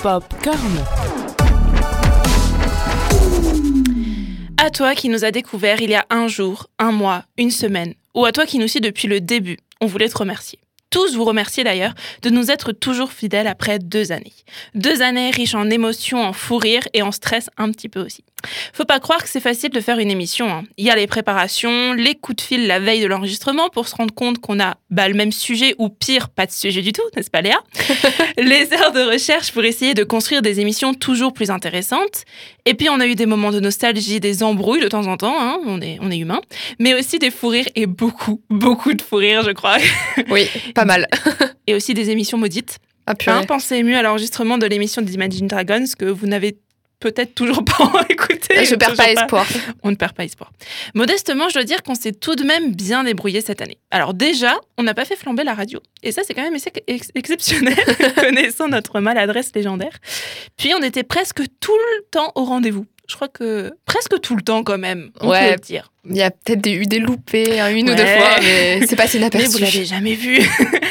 Popcorn. À toi qui nous a découvert il y a un jour, un mois, une semaine, ou à toi qui nous suit depuis le début, on voulait te remercier. Tous vous remercier d'ailleurs de nous être toujours fidèles après deux années. Deux années riches en émotions, en fou rire et en stress un petit peu aussi. Faut pas croire que c'est facile de faire une émission. hein. Il y a les préparations, les coups de fil la veille de l'enregistrement pour se rendre compte qu'on a bah, le même sujet ou pire, pas de sujet du tout, n'est-ce pas Léa Les heures de recherche pour essayer de construire des émissions toujours plus intéressantes. Et puis on a eu des moments de nostalgie, des embrouilles de temps en temps, hein, on, est, on est humain. Mais aussi des fous rires et beaucoup, beaucoup de fous rires, je crois. Oui, pas mal. Et aussi des émissions maudites. Ah J'ai un purée. pensée émue à l'enregistrement de l'émission d'Imagine Dragons que vous n'avez peut-être toujours pas écouté. Je perds toujours pas espoir. On ne perd pas espoir. Modestement, je dois dire qu'on s'est tout de même bien débrouillé cette année. Alors déjà, on n'a pas fait flamber la radio. Et ça, c'est quand même assez ex- exceptionnel, connaissant notre maladresse légendaire. Puis on était presque tout le temps au rendez-vous. Je crois que presque tout le temps quand même, on peut Ouais. le dire. Il y a peut-être des- eu des loupés hein, une ou deux Ouais. fois, mais c'est passé Mais vous inaperçu. l'avez jamais vu.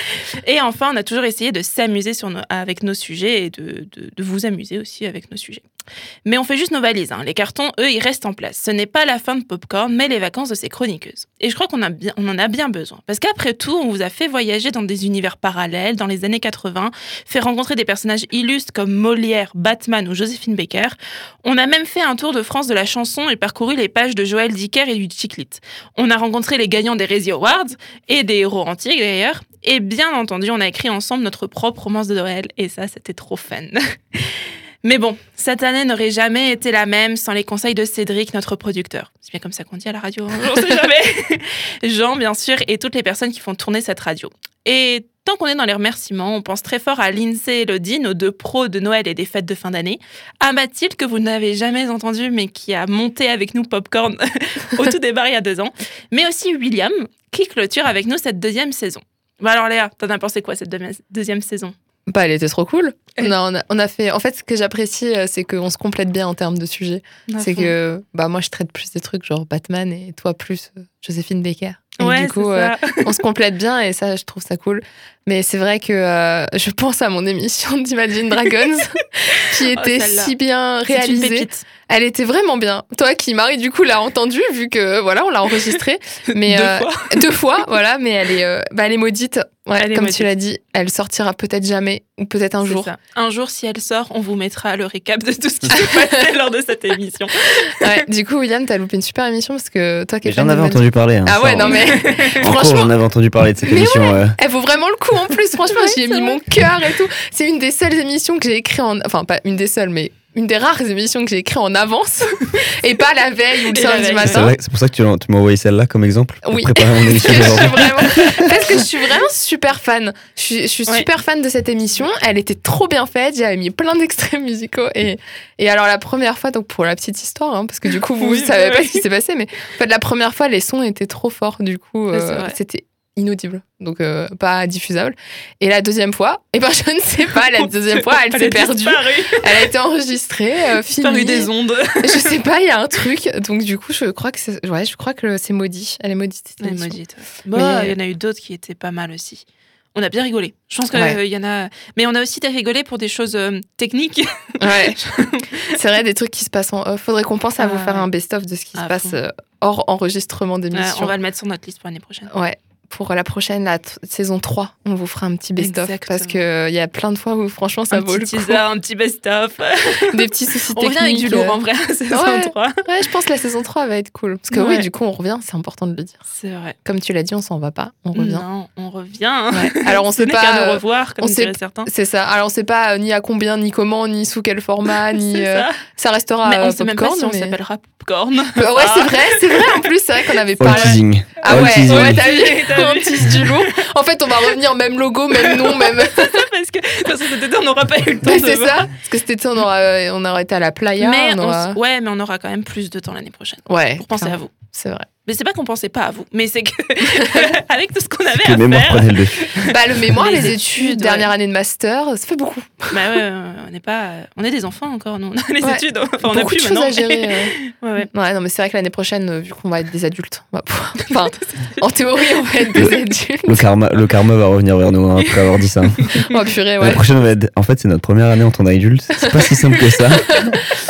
et enfin, on a toujours essayé de s'amuser sur nos- avec nos sujets et de, de- de vous amuser aussi avec nos sujets. Mais on fait juste nos valises. hein. Les cartons, eux, ils restent en place. Ce n'est pas la fin de Popcorn, mais les vacances de ces chroniqueuses. Et je crois qu'on a bien- on en a bien besoin. Parce qu'après tout, on vous a fait voyager dans des univers parallèles, dans les années 80, fait rencontrer des personnages illustres comme Molière, Batman ou Joséphine Baker. On a même fait un tour de France de la chanson et parcouru les pages de Joël Dicker et du Chiclit. On a rencontré les gagnants des Razzie Awards, et des héros antiques d'ailleurs. Et bien entendu, on a écrit ensemble notre propre romance de Noël, et ça, c'était trop fun. Mais bon, cette année n'aurait jamais été la même sans les conseils de Cédric, notre producteur. C'est bien comme ça qu'on dit à la radio, hein, on sait jamais. Jean, bien sûr, et toutes les personnes qui font tourner cette radio. Et tant qu'on est dans les remerciements, on pense très fort à Lindsay et Elodie, nos deux pros de Noël et des fêtes de fin d'année, à Mathilde, que vous n'avez jamais entendu, mais qui a monté avec nous Popcorn au tout départ il y a deux ans, mais aussi William, qui clôture avec nous cette deuxième saison. Bon alors Léa, t'en as pensé quoi cette deuxi- deuxième saison Bah, elle était trop cool. Eh. On a, on a- on a fait. En fait, ce que j'apprécie, euh, c'est qu'on se complète bien en termes de sujets. C'est que bah moi, je traite plus des trucs genre Batman et toi plus euh, Joséphine Baker. Et ouais, du coup, c'est euh, ça. on se complète bien et ça, je trouve ça cool. Mais c'est vrai que euh, je pense à mon émission d'Imagine Dragons qui Oh, était celle-là. si bien C'est une réalisée. pépite. Elle était vraiment bien. Toi qui, Marie, du coup, l'a entendue, vu que voilà, on l'a enregistrée. Mais Deux euh, fois. deux fois, voilà, mais elle est, euh, bah, elle est maudite. Ouais, Elle est comme maudite. tu l'as dit, elle sortira peut-être jamais ou peut-être un C'est jour. ça. Un jour, si elle sort, on vous mettra le récap de tout ce qui s'est passé lors de cette émission. Ouais, du coup, William, t'as loupé une super émission parce que toi qui es Mais J'en fan de avais Mad- entendu parler. hein, Ah ça, hein. ouais, en- non mais en cours, franchement, j'en avais entendu parler de cette Mais émission. euh, elle vaut vraiment le coup en plus. Franchement, Ouais, j'y ai c'est mis vrai. mon cœur et tout. C'est une des seules émissions que j'ai écrites en. Enfin, pas une des seules, mais une des rares émissions que j'ai écrites en avance et pas la veille ou le Et la samedi veille, C'est matin. vrai, c'est pour ça que tu, l'as- tu m'as envoyé celle-là comme exemple pour Oui. préparer mon Parce que émission je suis d'aujourd'hui. vraiment- parce que je suis vraiment super fan. Je suis, je suis Ouais. super fan de cette émission. Elle était trop bien faite. J'avais mis plein d'extraits musicaux. Et, et alors, la première fois, donc pour la petite histoire, hein, parce que du coup, vous ne Oui, savez bah pas oui. ce qui s'est passé, mais en fait, la première fois, les sons étaient trop forts. Du coup, Ouais, c'est euh, vrai. c'était inaudible. Donc, euh, pas diffusable. Et la deuxième fois, et ben, je ne sais pas, la deuxième fois, elle s'est a perdue. disparu. Elle a été enregistrée, euh, Disparu finie. des ondes. Je sais pas, il y a un truc. Donc, du coup, je crois que c'est ouais, je crois que c'est maudit. Elle est maudite. cette Elle est émission. maudite, ouais. Bon, Mais- il y en a eu d'autres qui étaient pas mal aussi. On a bien rigolé. Je pense qu'il Ouais. y en a. Mais on a aussi rigolé pour des choses euh, techniques. Ouais. c'est vrai, des trucs qui se passent en off. Faudrait qu'on pense à vous Ah faire ouais. un best-of de ce qui À se passe fond. euh, hors enregistrement Euh, d'émission. on va le mettre sur notre liste pour l'année prochaine. Ouais. Pour la prochaine, la t- saison 3, on vous fera un petit best-of. Exactement. Parce qu'il y a plein de fois où, franchement, ça un vaut petit le teaser, coup. un petit best-of. Des petits soucis On revient avec du techniques, lourd hein. euh. en vrai à saison Ouais. 3. Ouais, je pense que la saison 3 va être cool. Parce que Ouais. oui, du coup, on revient. C'est important de le dire. C'est vrai. Comme tu l'as dit, on s'en va pas. On revient. Non, on revient. Ouais. Alors, on Ce sait n'est qu'à pas. nous euh, revoir, comme on dirait sait- certains. C'est ça. Alors, on sait pas euh, ni à combien, ni comment, ni sous quel format, ni. C'est euh, ça. ça restera. mais on euh, sait même pas popcorn, si on mais- s'appellera Popcorn. Bah ouais, c'est vrai, c'est vrai en plus, c'est vrai qu'on avait Pour le parlé. teasing. Ah Oh, le ouais, teasing. ouais, t'as vu, T'as on vu. tease du lourd. En fait, on va revenir, même logo, même nom, même. parce que parce que cet été, on n'aura pas eu le temps Mais de c'est voir. ça. Parce que c'était, on aura, on aura été à la playa. mais on on aura- s- ouais, mais on aura quand même plus de temps l'année prochaine Ouais. pour penser clairement, à vous. C'est vrai. Mais c'est pas qu'on pensait pas à vous, mais c'est que avec tout ce qu'on avait Que à mémoire faire, prenait le dessus. Bah, le mémoire, Les les, études, études, ouais. dernière année de master, ça fait beaucoup. bah ouais, on n'est pas, on est des enfants encore, nous. On a les Ouais. études, enfin, on a beaucoup plus de choses maintenant. à gérer. euh. Ouais, ouais. Ouais, non, mais c'est vrai que l'année prochaine, euh, vu qu'on va être des adultes, on va pouvoir- enfin, en théorie, on va être des adultes. Le karma, le karma va revenir vers nous hein, après avoir dit ça. Oh purée, La ouais. prochaine va être. En fait, c'est notre première année en tant qu'adulte. C'est pas si simple que ça.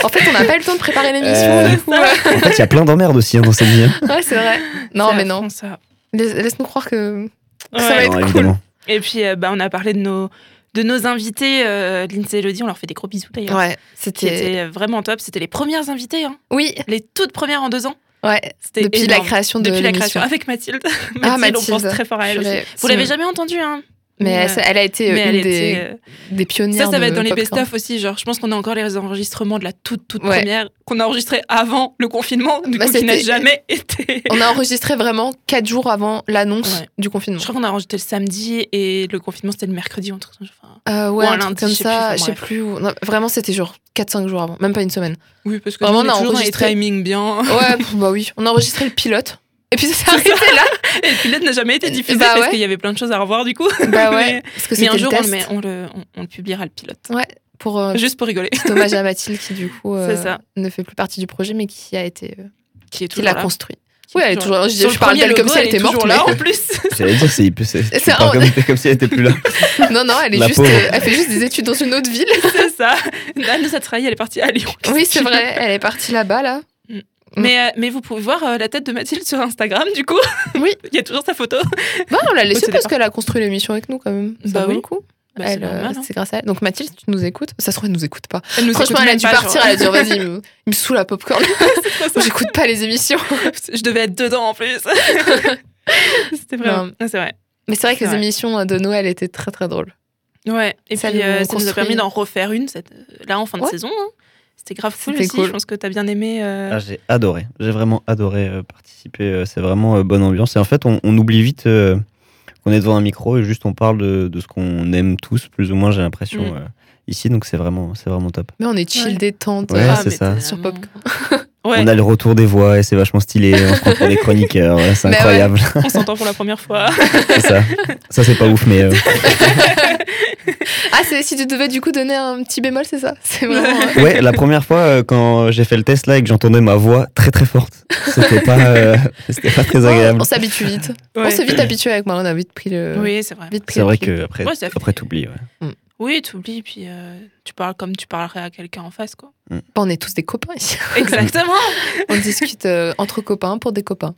En fait, on n'a pas eu le temps de préparer l'émission. Euh, du coup, ouais. En fait, il y a plein d'emmerdes aussi hein, dans cette vie. hein. Ouais, c'est vrai. Non, C'est à mais non. fond, ça. Laisse- Laisse-nous croire que. Ça Ouais. va être Non, cool. évidemment. Et puis, euh, bah, on a parlé de nos, de nos invités, euh, Lindsay et Elodie, on leur fait des gros bisous d'ailleurs. Ouais, Qui c'était. étaient euh, vraiment top. C'était les premières invitées, hein. Oui, les toutes premières en deux ans. ouais. C'était Depuis énorme. la création de Depuis la l'émission. création avec Mathilde. Mathilde, Ah, on Mathilde. pense très fort à elle aussi. Purée, Vous c'est- l'avez jamais entendue, hein Mais elle, euh, elle a été Mais euh, elle une des, était, euh, des pionnières. Ça, ça va de être dans les Popcorn. best-of aussi. Genre, je pense qu'on a encore les enregistrements de la toute, toute Ouais. première qu'on a enregistré avant le confinement, du Bah, coup, qui n'a c'était- Oh, jamais été. On a enregistré vraiment 4 jours avant l'annonce Ouais. du confinement. Je crois qu'on a enregistré le samedi et le confinement, c'était le mercredi. Entre... Enfin, Euh, ouais, Ou un un truc lundi, comme je sais ça, plus, je enfin, sais bref. plus. où. Non, vraiment, c'était genre 4-5 jours avant, même pas une semaine. oui, parce que Vraiment, nous, on a est toujours dans les enregistré- timings bien. Ouais, pff, bah oui, on a enregistré le pilote. Et puis ça s'est arrêté là. Et le pilote n'a jamais été diffusé Bah parce ouais. qu'il y avait plein de choses à revoir du coup. Bah ouais, Mais- parce Mais que c'était un le jour, on le, test met- on le, on- on le publiera le pilote. pour euh, Juste pour rigoler. petit hommage à Mathilde qui du coup euh, C'est ça. ne fait plus partie du projet mais qui a été euh, Qui est qui toujours l'a là. construit. Qui Oui, est elle est toujours là. toujours. je- Sur Je, le parle premier d'elle comme logo, si elle était est morte. toujours là mais- en plus. J'allais dire, c'est c'est- tu C'est- parles on- comme, comme si elle était plus là. Non, non, elle est La juste. pauvre. euh, elle fait juste des études dans une autre ville. C'est ça. Anne nous a trahi, elle est partie à Lyon. Oui, c'est vrai. Elle est partie là-bas là. Mais, euh, mais vous pouvez voir euh, la tête de Mathilde sur Instagram, du coup. Oui. Il y a toujours sa photo. Bah, on l'a laissée c'était parce parti. qu'elle a construit l'émission avec nous quand même. Bah Ça vaut oui. le coup. Bah, c'est Elle, euh, normal, hein. c'est grâce à elle. Donc Mathilde, tu nous écoutes Ça se trouve, elle nous écoute pas. Elle nous Franchement, écoute elle a même dû pas, partir. genre. Elle a dit vas-y, il me- il me saoule à popcorn. trop ça. J'écoute pas les émissions. Je devais être dedans en plus. C'était vraiment. Non. Ah, C'est vrai. Mais c'est vrai que C'est les vrai. émissions de Noël étaient très très drôles. Ouais. Et Ça puis, nous euh, ça nous a construit. permis d'en refaire une cette- là en fin de Ouais. saison. hein. C'était grave cool C'était aussi. cool. Je pense que t'as bien aimé. euh, Ah, j'ai adoré. J'ai vraiment adoré euh, participer. euh, C'est vraiment euh, bonne ambiance. Et en fait, on, on oublie vite euh, qu'on est devant un micro et juste on parle de, de ce qu'on aime tous, plus ou moins, j'ai l'impression, Mm. euh, ici. Donc, c'est vraiment, c'est vraiment top. Mais on est chill, Ouais. détente. Ouais, euh, c'est mais ça. t'es Sur vraiment- On Ouais, a le retour des voix et c'est vachement stylé. On se prend pour des chroniqueurs. ouais, c'est Mais ouais. incroyable. on s'entend pour la première fois. c'est ça. Ça, c'est pas ouf, mais euh, Ah, c'est si tu devais du coup donner un petit bémol, c'est ça C'est vraiment. euh, ouais, la première fois euh, quand j'ai fait le test là et que j'entendais ma voix très très forte, c'était pas, euh, c'était pas très agréable. Oh, On s'habitue vite. On Ouais. s'est vite habitué avec moi, on a vite pris le. Oui, c'est vrai. Vite pris C'est le vrai pied. que après, Ouais, ça fait- après t'oublies. ouais. Oui, t'oublies, puis euh, tu parles comme tu parlerais à quelqu'un en face, quoi. Bah, on est tous des copains ici. Exactement. on discute euh, entre copains pour des copains.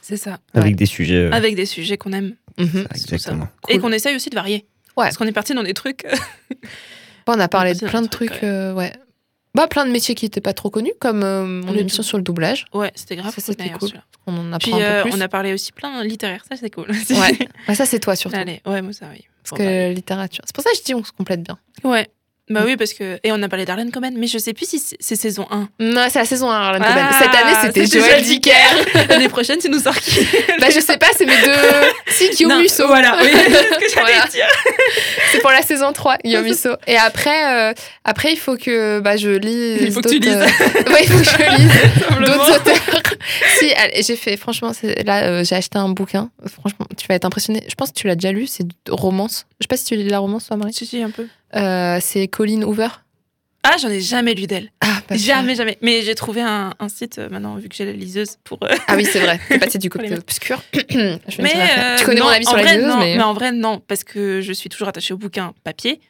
C'est ça. Avec des sujets. euh, Avec des sujets qu'on aime Mhm. ça, exactement. et Cool. qu'on essaye aussi de varier. Parce qu'on est parti dans des trucs. Bah, on a parlé de C'est un plein de truc, trucs. euh, ouais. Bah, plein de métiers qui n'étaient pas trop connus, comme euh, mon Le émission sur le doublage. Ouais, c'était grave. Ça, cool, c'était d'ailleurs, cool. celui-là. On en apprend Puis un euh, peu plus. on a parlé aussi plein littéraire, ça c'est cool. Ouais. Bah, ça, c'est toi surtout. Allez, ouais, moi ça oui. Bon, Parce que la littérature. C'est pour ça que je dis on se complète bien. bah, Ouais. Bah Mm. oui, parce que. Et on a parlé d'Arlène Coman, mais je sais plus si c'est c'est saison 1. Non, c'est la saison 1, Harlan Ah, Coben. Cette année, c'était c'était Joël Joël Dicker. L'année prochaine, tu nous sors qui bah, je sais pas, c'est mes deux. si, Guillaume Non, Musso. Voilà, oui, c'est ce que j'allais Voilà. dire. C'est pour la saison 3, Guillaume Musso. Et après, euh, après, il faut que bah, je lise. Il faut que tu d'autres, euh, ouais, il faut que je lise Simplement. d'autres auteurs. si, allez, j'ai fait, franchement, c'est- là, euh, j'ai acheté un bouquin. Franchement, tu vas être impressionné. Je pense que tu l'as déjà lu, c'est de- romance. Je sais pas si tu lis de la romance, toi, Marie. Si, si, un peu. Euh, c'est Colleen Hoover. Ah, j'en ai jamais lu d'elle. Ah, pas sûr. jamais, jamais. Mais j'ai trouvé un, un site euh, maintenant, vu que j'ai la liseuse pour. euh, Ah oui, c'est vrai. T'es passé du côté Colleen. obscur. Je vais me Mais tirer après. euh, tu connais non, mon avis en sur la vrai, liseuse, non, mais. mais en vrai, non, parce que je suis toujours attachée au bouquin papier.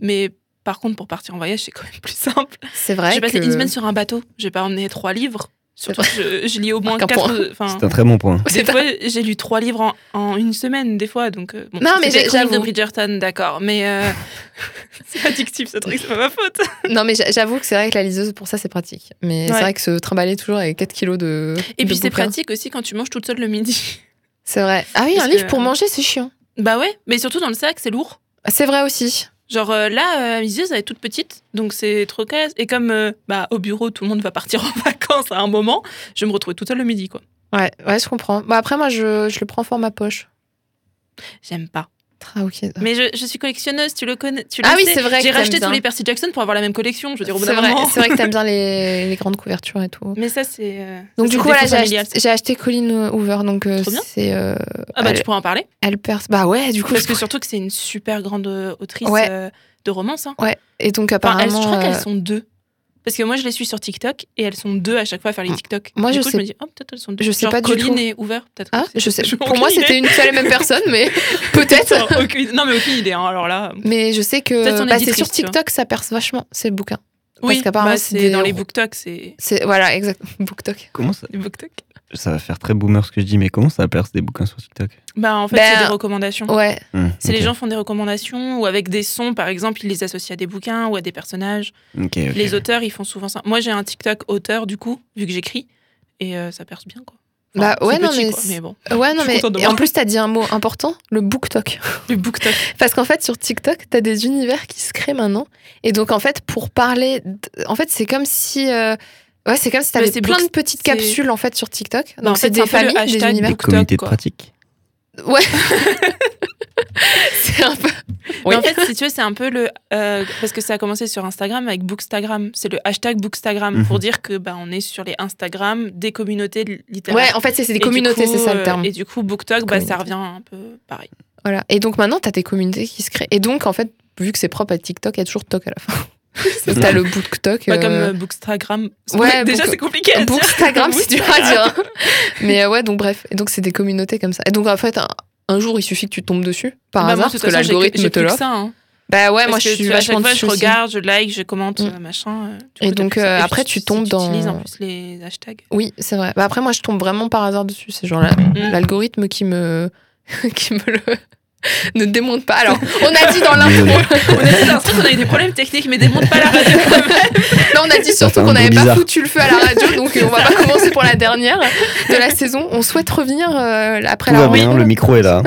Mais par contre, pour partir en voyage, c'est quand même plus simple. C'est vrai. J'ai passé que- une semaine sur un bateau. J'ai pas emmené trois livres. Surtout, que je, je lis au moins Marque un quatre. euh, Enfin, C'est un très bon point. des C'est fois, j'ai lu trois livres en, en une semaine, des fois. Donc, euh, bon, Non, mais c'est j'ai- les Chroniques de j'avoue. Bridgerton, d'accord. Mais euh, c'est addictif ce truc, c'est pas ma faute. Non, mais j'a- j'avoue que c'est vrai que la liseuse, pour ça, c'est pratique. Mais Ouais. c'est vrai que se trimballer toujours avec 4 kilos de. Et de puis, c'est bouquins. pratique aussi quand tu manges toute seule le midi. C'est vrai. Ah oui, Parce un livre que- euh, pour manger, c'est chiant. Bah ouais, mais surtout dans le sac, c'est lourd. C'est vrai aussi. Genre euh, là, euh, Isis, elle est toute petite, donc c'est trop classe. Et comme euh, bah, au bureau, tout le monde va partir en vacances à un moment, je vais me retrouver toute seule le midi, quoi. Bah, Ouais, ouais, je comprends. Bon, après, moi, je, je le prends en format poche. J'aime pas. Ah, ok. Mais je, je suis collectionneuse, tu le connais. Tu le Ah oui, sais. c'est vrai J'ai que t'aimes racheté bien. tous les Percy Jackson pour avoir la même collection. Je veux dire, au bout C'est d'un vrai, moment. c'est vrai que t'aimes bien les, les grandes couvertures et tout. Mais ça, c'est. euh, Donc ça, c'est du coup voilà, défaut j'ai familial, acheté, j'ai acheté Colleen Hoover, donc euh, Trop bien. c'est euh, ça. Ah bah, elle, tu pourrais en parler. elle perce- Bah ouais, du coup. Parce je que crois- surtout que c'est une super grande euh, autrice Ouais. euh, de romance. hein. Et donc Enfin, elles- apparemment. je crois euh, qu'elles sont deux. Parce que moi, je les suis sur TikTok et elles sont deux à chaque fois à faire les TikTok. Moi, du je coup, sais- je me dis, oh, peut-être elles sont deux. je sais Genre pas du Colline tout. et Hoover, peut-être. Ah, que c'est- je sais. J'ai Pour aucune moi, idée. c'était une seule et même personne, mais peut-être. Enfin, aucune- Non, mais aucune idée. hein, Alors là, Mais je sais Peut-être son que bah, c'est sur éditrice, tu vois. TikTok, ça perce vachement ces bouquins. oui, qu'apparemment, bah, c'est c'est des- dans les BookTok. C'est C'est voilà, exact. BookTok. Comment ça les BookTok. Ça va faire très boomer ce que je dis, mais comment ça perce des bouquins sur TikTok Bah, en fait, Ben, c'est des recommandations. Ouais. Hmm, C'est les ok. gens font des recommandations ou avec des sons, par exemple, ils les associent à des bouquins ou à des personnages. Ok, ok. Les auteurs, ils font souvent ça. Moi, j'ai un TikTok auteur, du coup, vu que j'écris, et euh, ça perce bien, quoi. Bah, ouais, c'est non, petit, mais quoi, c'est- mais bon. Ouais, Je non suis mais contente de et en voir. plus t'as dit un mot important, le BookTok. Le BookTok. Parce qu'en fait sur TikTok, t'as des univers qui se créent maintenant. Et donc en fait pour parler, d- en fait c'est comme si, euh, ouais, c'est comme si t'avais c'est plein book- de petites c'est- capsules en fait sur TikTok. en Donc fait, c'est c'est un des peu le familles, des hashtag univers. Des TikTok, comités de quoi. pratique. Ouais. c'est un peu. Oui. Mais en fait, si tu veux, c'est un peu le. euh, parce que ça a commencé sur Instagram avec Bookstagram. C'est le hashtag Bookstagram Mhm. pour dire que bah, on est sur les Instagram des communautés de littéraires. Ouais, en fait c'est c'est Et des du communautés, coup, c'est ça le euh, terme. Et du coup, BookTok, bah, Communauté. ça revient un peu pareil. Voilà. Et donc maintenant, tu as tes communautés qui se créent. Et donc, en fait, vu que c'est propre à TikTok, il y a toujours Tok à la fin. ça. T'as le BookTok. Pas comme euh, euh, Bookstagram. ouais, déjà, Book- c'est compliqué à dire. Bookstagram, c'est dur à dire. Bookstagram. hein. Mais euh, ouais, donc bref. Et donc, c'est des communautés comme ça. Et donc, en fait, un, un jour, il suffit que tu tombes dessus par Bah, moi, hasard, de toute parce que façon, j'ai que- l'algorithme j'ai te plus que l'offre. ça, hein. Bah ouais, moi, Parce je que suis tu- à vachement chaque fois, dessus. je aussi. regarde, je like, je commente, Mm. euh, machin. euh, du Et coup, t'as donc, plus ça. euh, puis après, tu tombes dans- utilises en plus les hashtags. Oui, c'est vrai. Bah, après, moi, je tombe vraiment par hasard dessus. C'est genre la- Mm. l'algorithme qui me. qui me le. ne démonte pas. Alors, on a dit dans Désolé. l'intro. on a dit dans le truc, on avait des problèmes techniques, mais démonte pas la radio quand même. Là, on a dit Ça fait surtout un qu'on bruit n'avait pas bizarre. foutu le feu à la radio, donc euh, on va pas commencer pour la dernière de la saison. On souhaite revenir euh, après Tout la va rentrée. bien, le micro est là.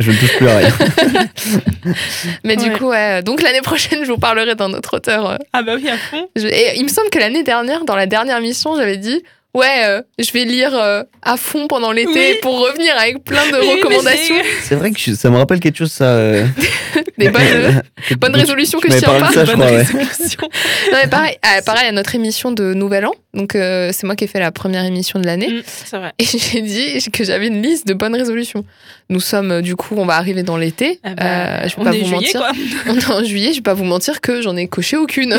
je ne touche plus à rien. Mais du Ouais. coup, ouais. donc l'année prochaine, je vous parlerai d'un autre auteur. euh. Ah bah oui, à fond. Je- Et il me semble que l'année dernière, dans la dernière mission, j'avais dit. Ouais, euh, je vais lire euh, à fond pendant l'été Oui. pour revenir avec plein Oui, de mais recommandations, c'est- C'est vrai que je- ça me rappelle quelque chose, ça. euh, des bonnes, euh, que- bonnes dont tu- résolutions tu que je m'avais tiens parlé pas. de Ça, je Bonne crois, ouais. résolution. Non, mais pareil, à, pareil à notre émission de Nouvel An. Donc euh, c'est moi qui ai fait la première émission de l'année. Mm, C'est vrai. Et j'ai dit que j'avais une liste de bonnes résolutions. Nous sommes, euh, du coup, on va arriver dans l'été. Ah bah, Euh, je vais on pas est vous juillet, mentir. quoi. On est en juillet, je vais pas vous mentir que j'en ai coché aucune.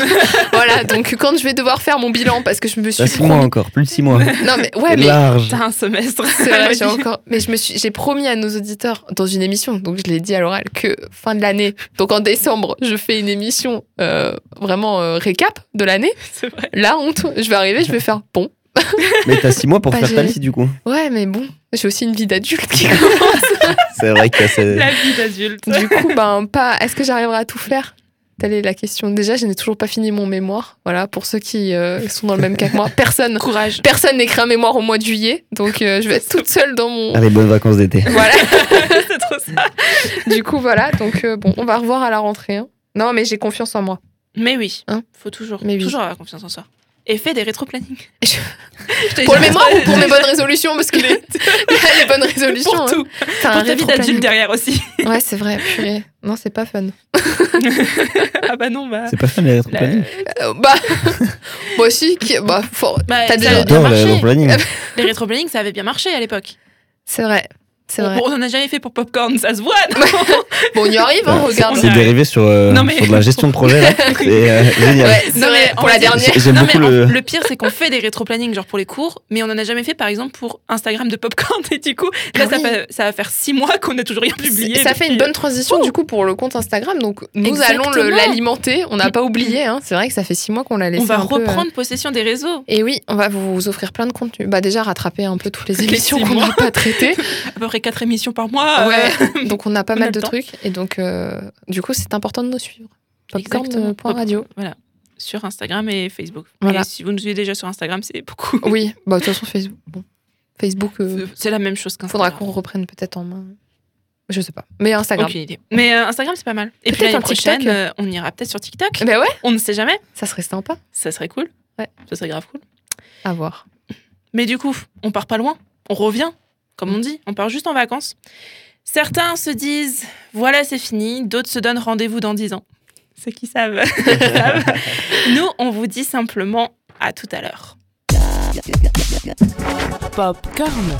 voilà, donc quand je vais devoir faire mon bilan, parce que je me suis. T'as six promis- mois encore, plus de six mois. Non, mais ouais, mais. Large. T'as un semestre. C'est vrai, j'ai encore. Mais je me suis, j'ai promis à nos auditeurs dans une émission, donc je l'ai dit à l'oral, que fin de l'année, donc en décembre, je fais une émission euh, vraiment euh, récap de l'année. C'est vrai. La honte, je vais arriver, je vais faire bon. Mais t'as six mois pour Pas faire ta géré. liste du coup. Ouais, mais bon, j'ai aussi une vie d'adulte qui C'est vrai que c'est. La vie d'adulte. Du coup, ben, pas. Est-ce que j'arriverai à tout faire Telle est la question. Déjà, je n'ai toujours pas fini mon mémoire. Voilà, pour ceux qui euh, sont dans le même cas que moi, personne, Courage. personne n'écrit un mémoire au mois de juillet. Donc, euh, je vais être toute seule dans mon. Ah, les bonnes vacances d'été. Voilà. C'est trop ça. Du coup, voilà. Donc, euh, bon, on va revoir à la rentrée. hein. Non, mais j'ai confiance en moi. Mais oui. Hein Faut toujours, Mais oui. toujours avoir confiance en soi. Et fais des rétro-plannings. Je- Je t'ai Pour le dit- mémoire ou pour mes bonnes résolutions Parce que Les- les bonnes résolutions. Pour hein. tout. T'as un Pour ta vie rétro-planning. d'adulte derrière aussi. Ouais, c'est vrai. Purée. Non, c'est pas fun. Ah bah non, bah. C'est pas fun les rétro La- Euh, bah, moi aussi, qui- bah, fort- Bah, T'as ça déjà- avait bien J'adore les marché. rétro-planning. Les rétro-plannings, ça avait bien marché à l'époque. c'est vrai. C'est On, vrai. on en a jamais fait pour Popcorn, ça se voit. Bon, on y arrive, hein, Ouais, regarde. C'est dérivé sur, euh, Non, mais- sur de la gestion de projet là. C'est euh, génial. Ouais, c'est Non, vrai, mais pour on la va dire- dernière. J'aime Non, beaucoup mais en- le. pire, c'est qu'on fait des rétro-plannings, genre pour les cours, mais on en a jamais fait, par exemple, pour Instagram de Popcorn. Et du coup, là, Ah ça, oui. fait- ça va faire six mois qu'on a toujours rien publié. C'est- Ça fait une depuis- bonne transition du coup pour le compte Instagram. Donc nous Exactement. allons le- l'alimenter. On n'a pas oublié. hein. C'est vrai que ça fait six mois qu'on l'a laissé. On va un peu, euh, reprendre possession des réseaux. Et oui, on va vous offrir plein de contenus. Bah déjà rattraper un peu toutes les Les émissions six qu'on mois. n'a pas traitées. À peu près quatre émissions par mois. Ouais. euh, Donc on a pas On a mal le de temps. trucs. Et donc euh, du coup c'est important de nous suivre. euh, Exactement. Popcorn.radio. Voilà. Sur Instagram et Facebook. Voilà. Et si vous nous suivez déjà sur Instagram, c'est beaucoup. Oui, bah de toute façon Facebook. Bon. Facebook, euh, C'est la même chose qu'Instagram. faudra qu'on reprenne peut-être en main. Je sais pas. Mais Instagram. Aucune idée. Mais euh, Instagram, c'est pas mal. Et puis Peut-être l'année un TikTok. prochaine, euh, on ira peut-être sur TikTok. Bah ouais, On ne sait jamais. ça serait sympa. Ça serait cool. Ouais. Ça serait grave cool. À voir. Mm. Mais du coup, on part pas loin. On revient, comme on dit. On part juste en vacances. Certains se disent voilà, c'est fini. D'autres se donnent rendez-vous dans 10 ans. Ceux qui savent, savent. Nous, on vous dit simplement à tout à l'heure. Popcorn.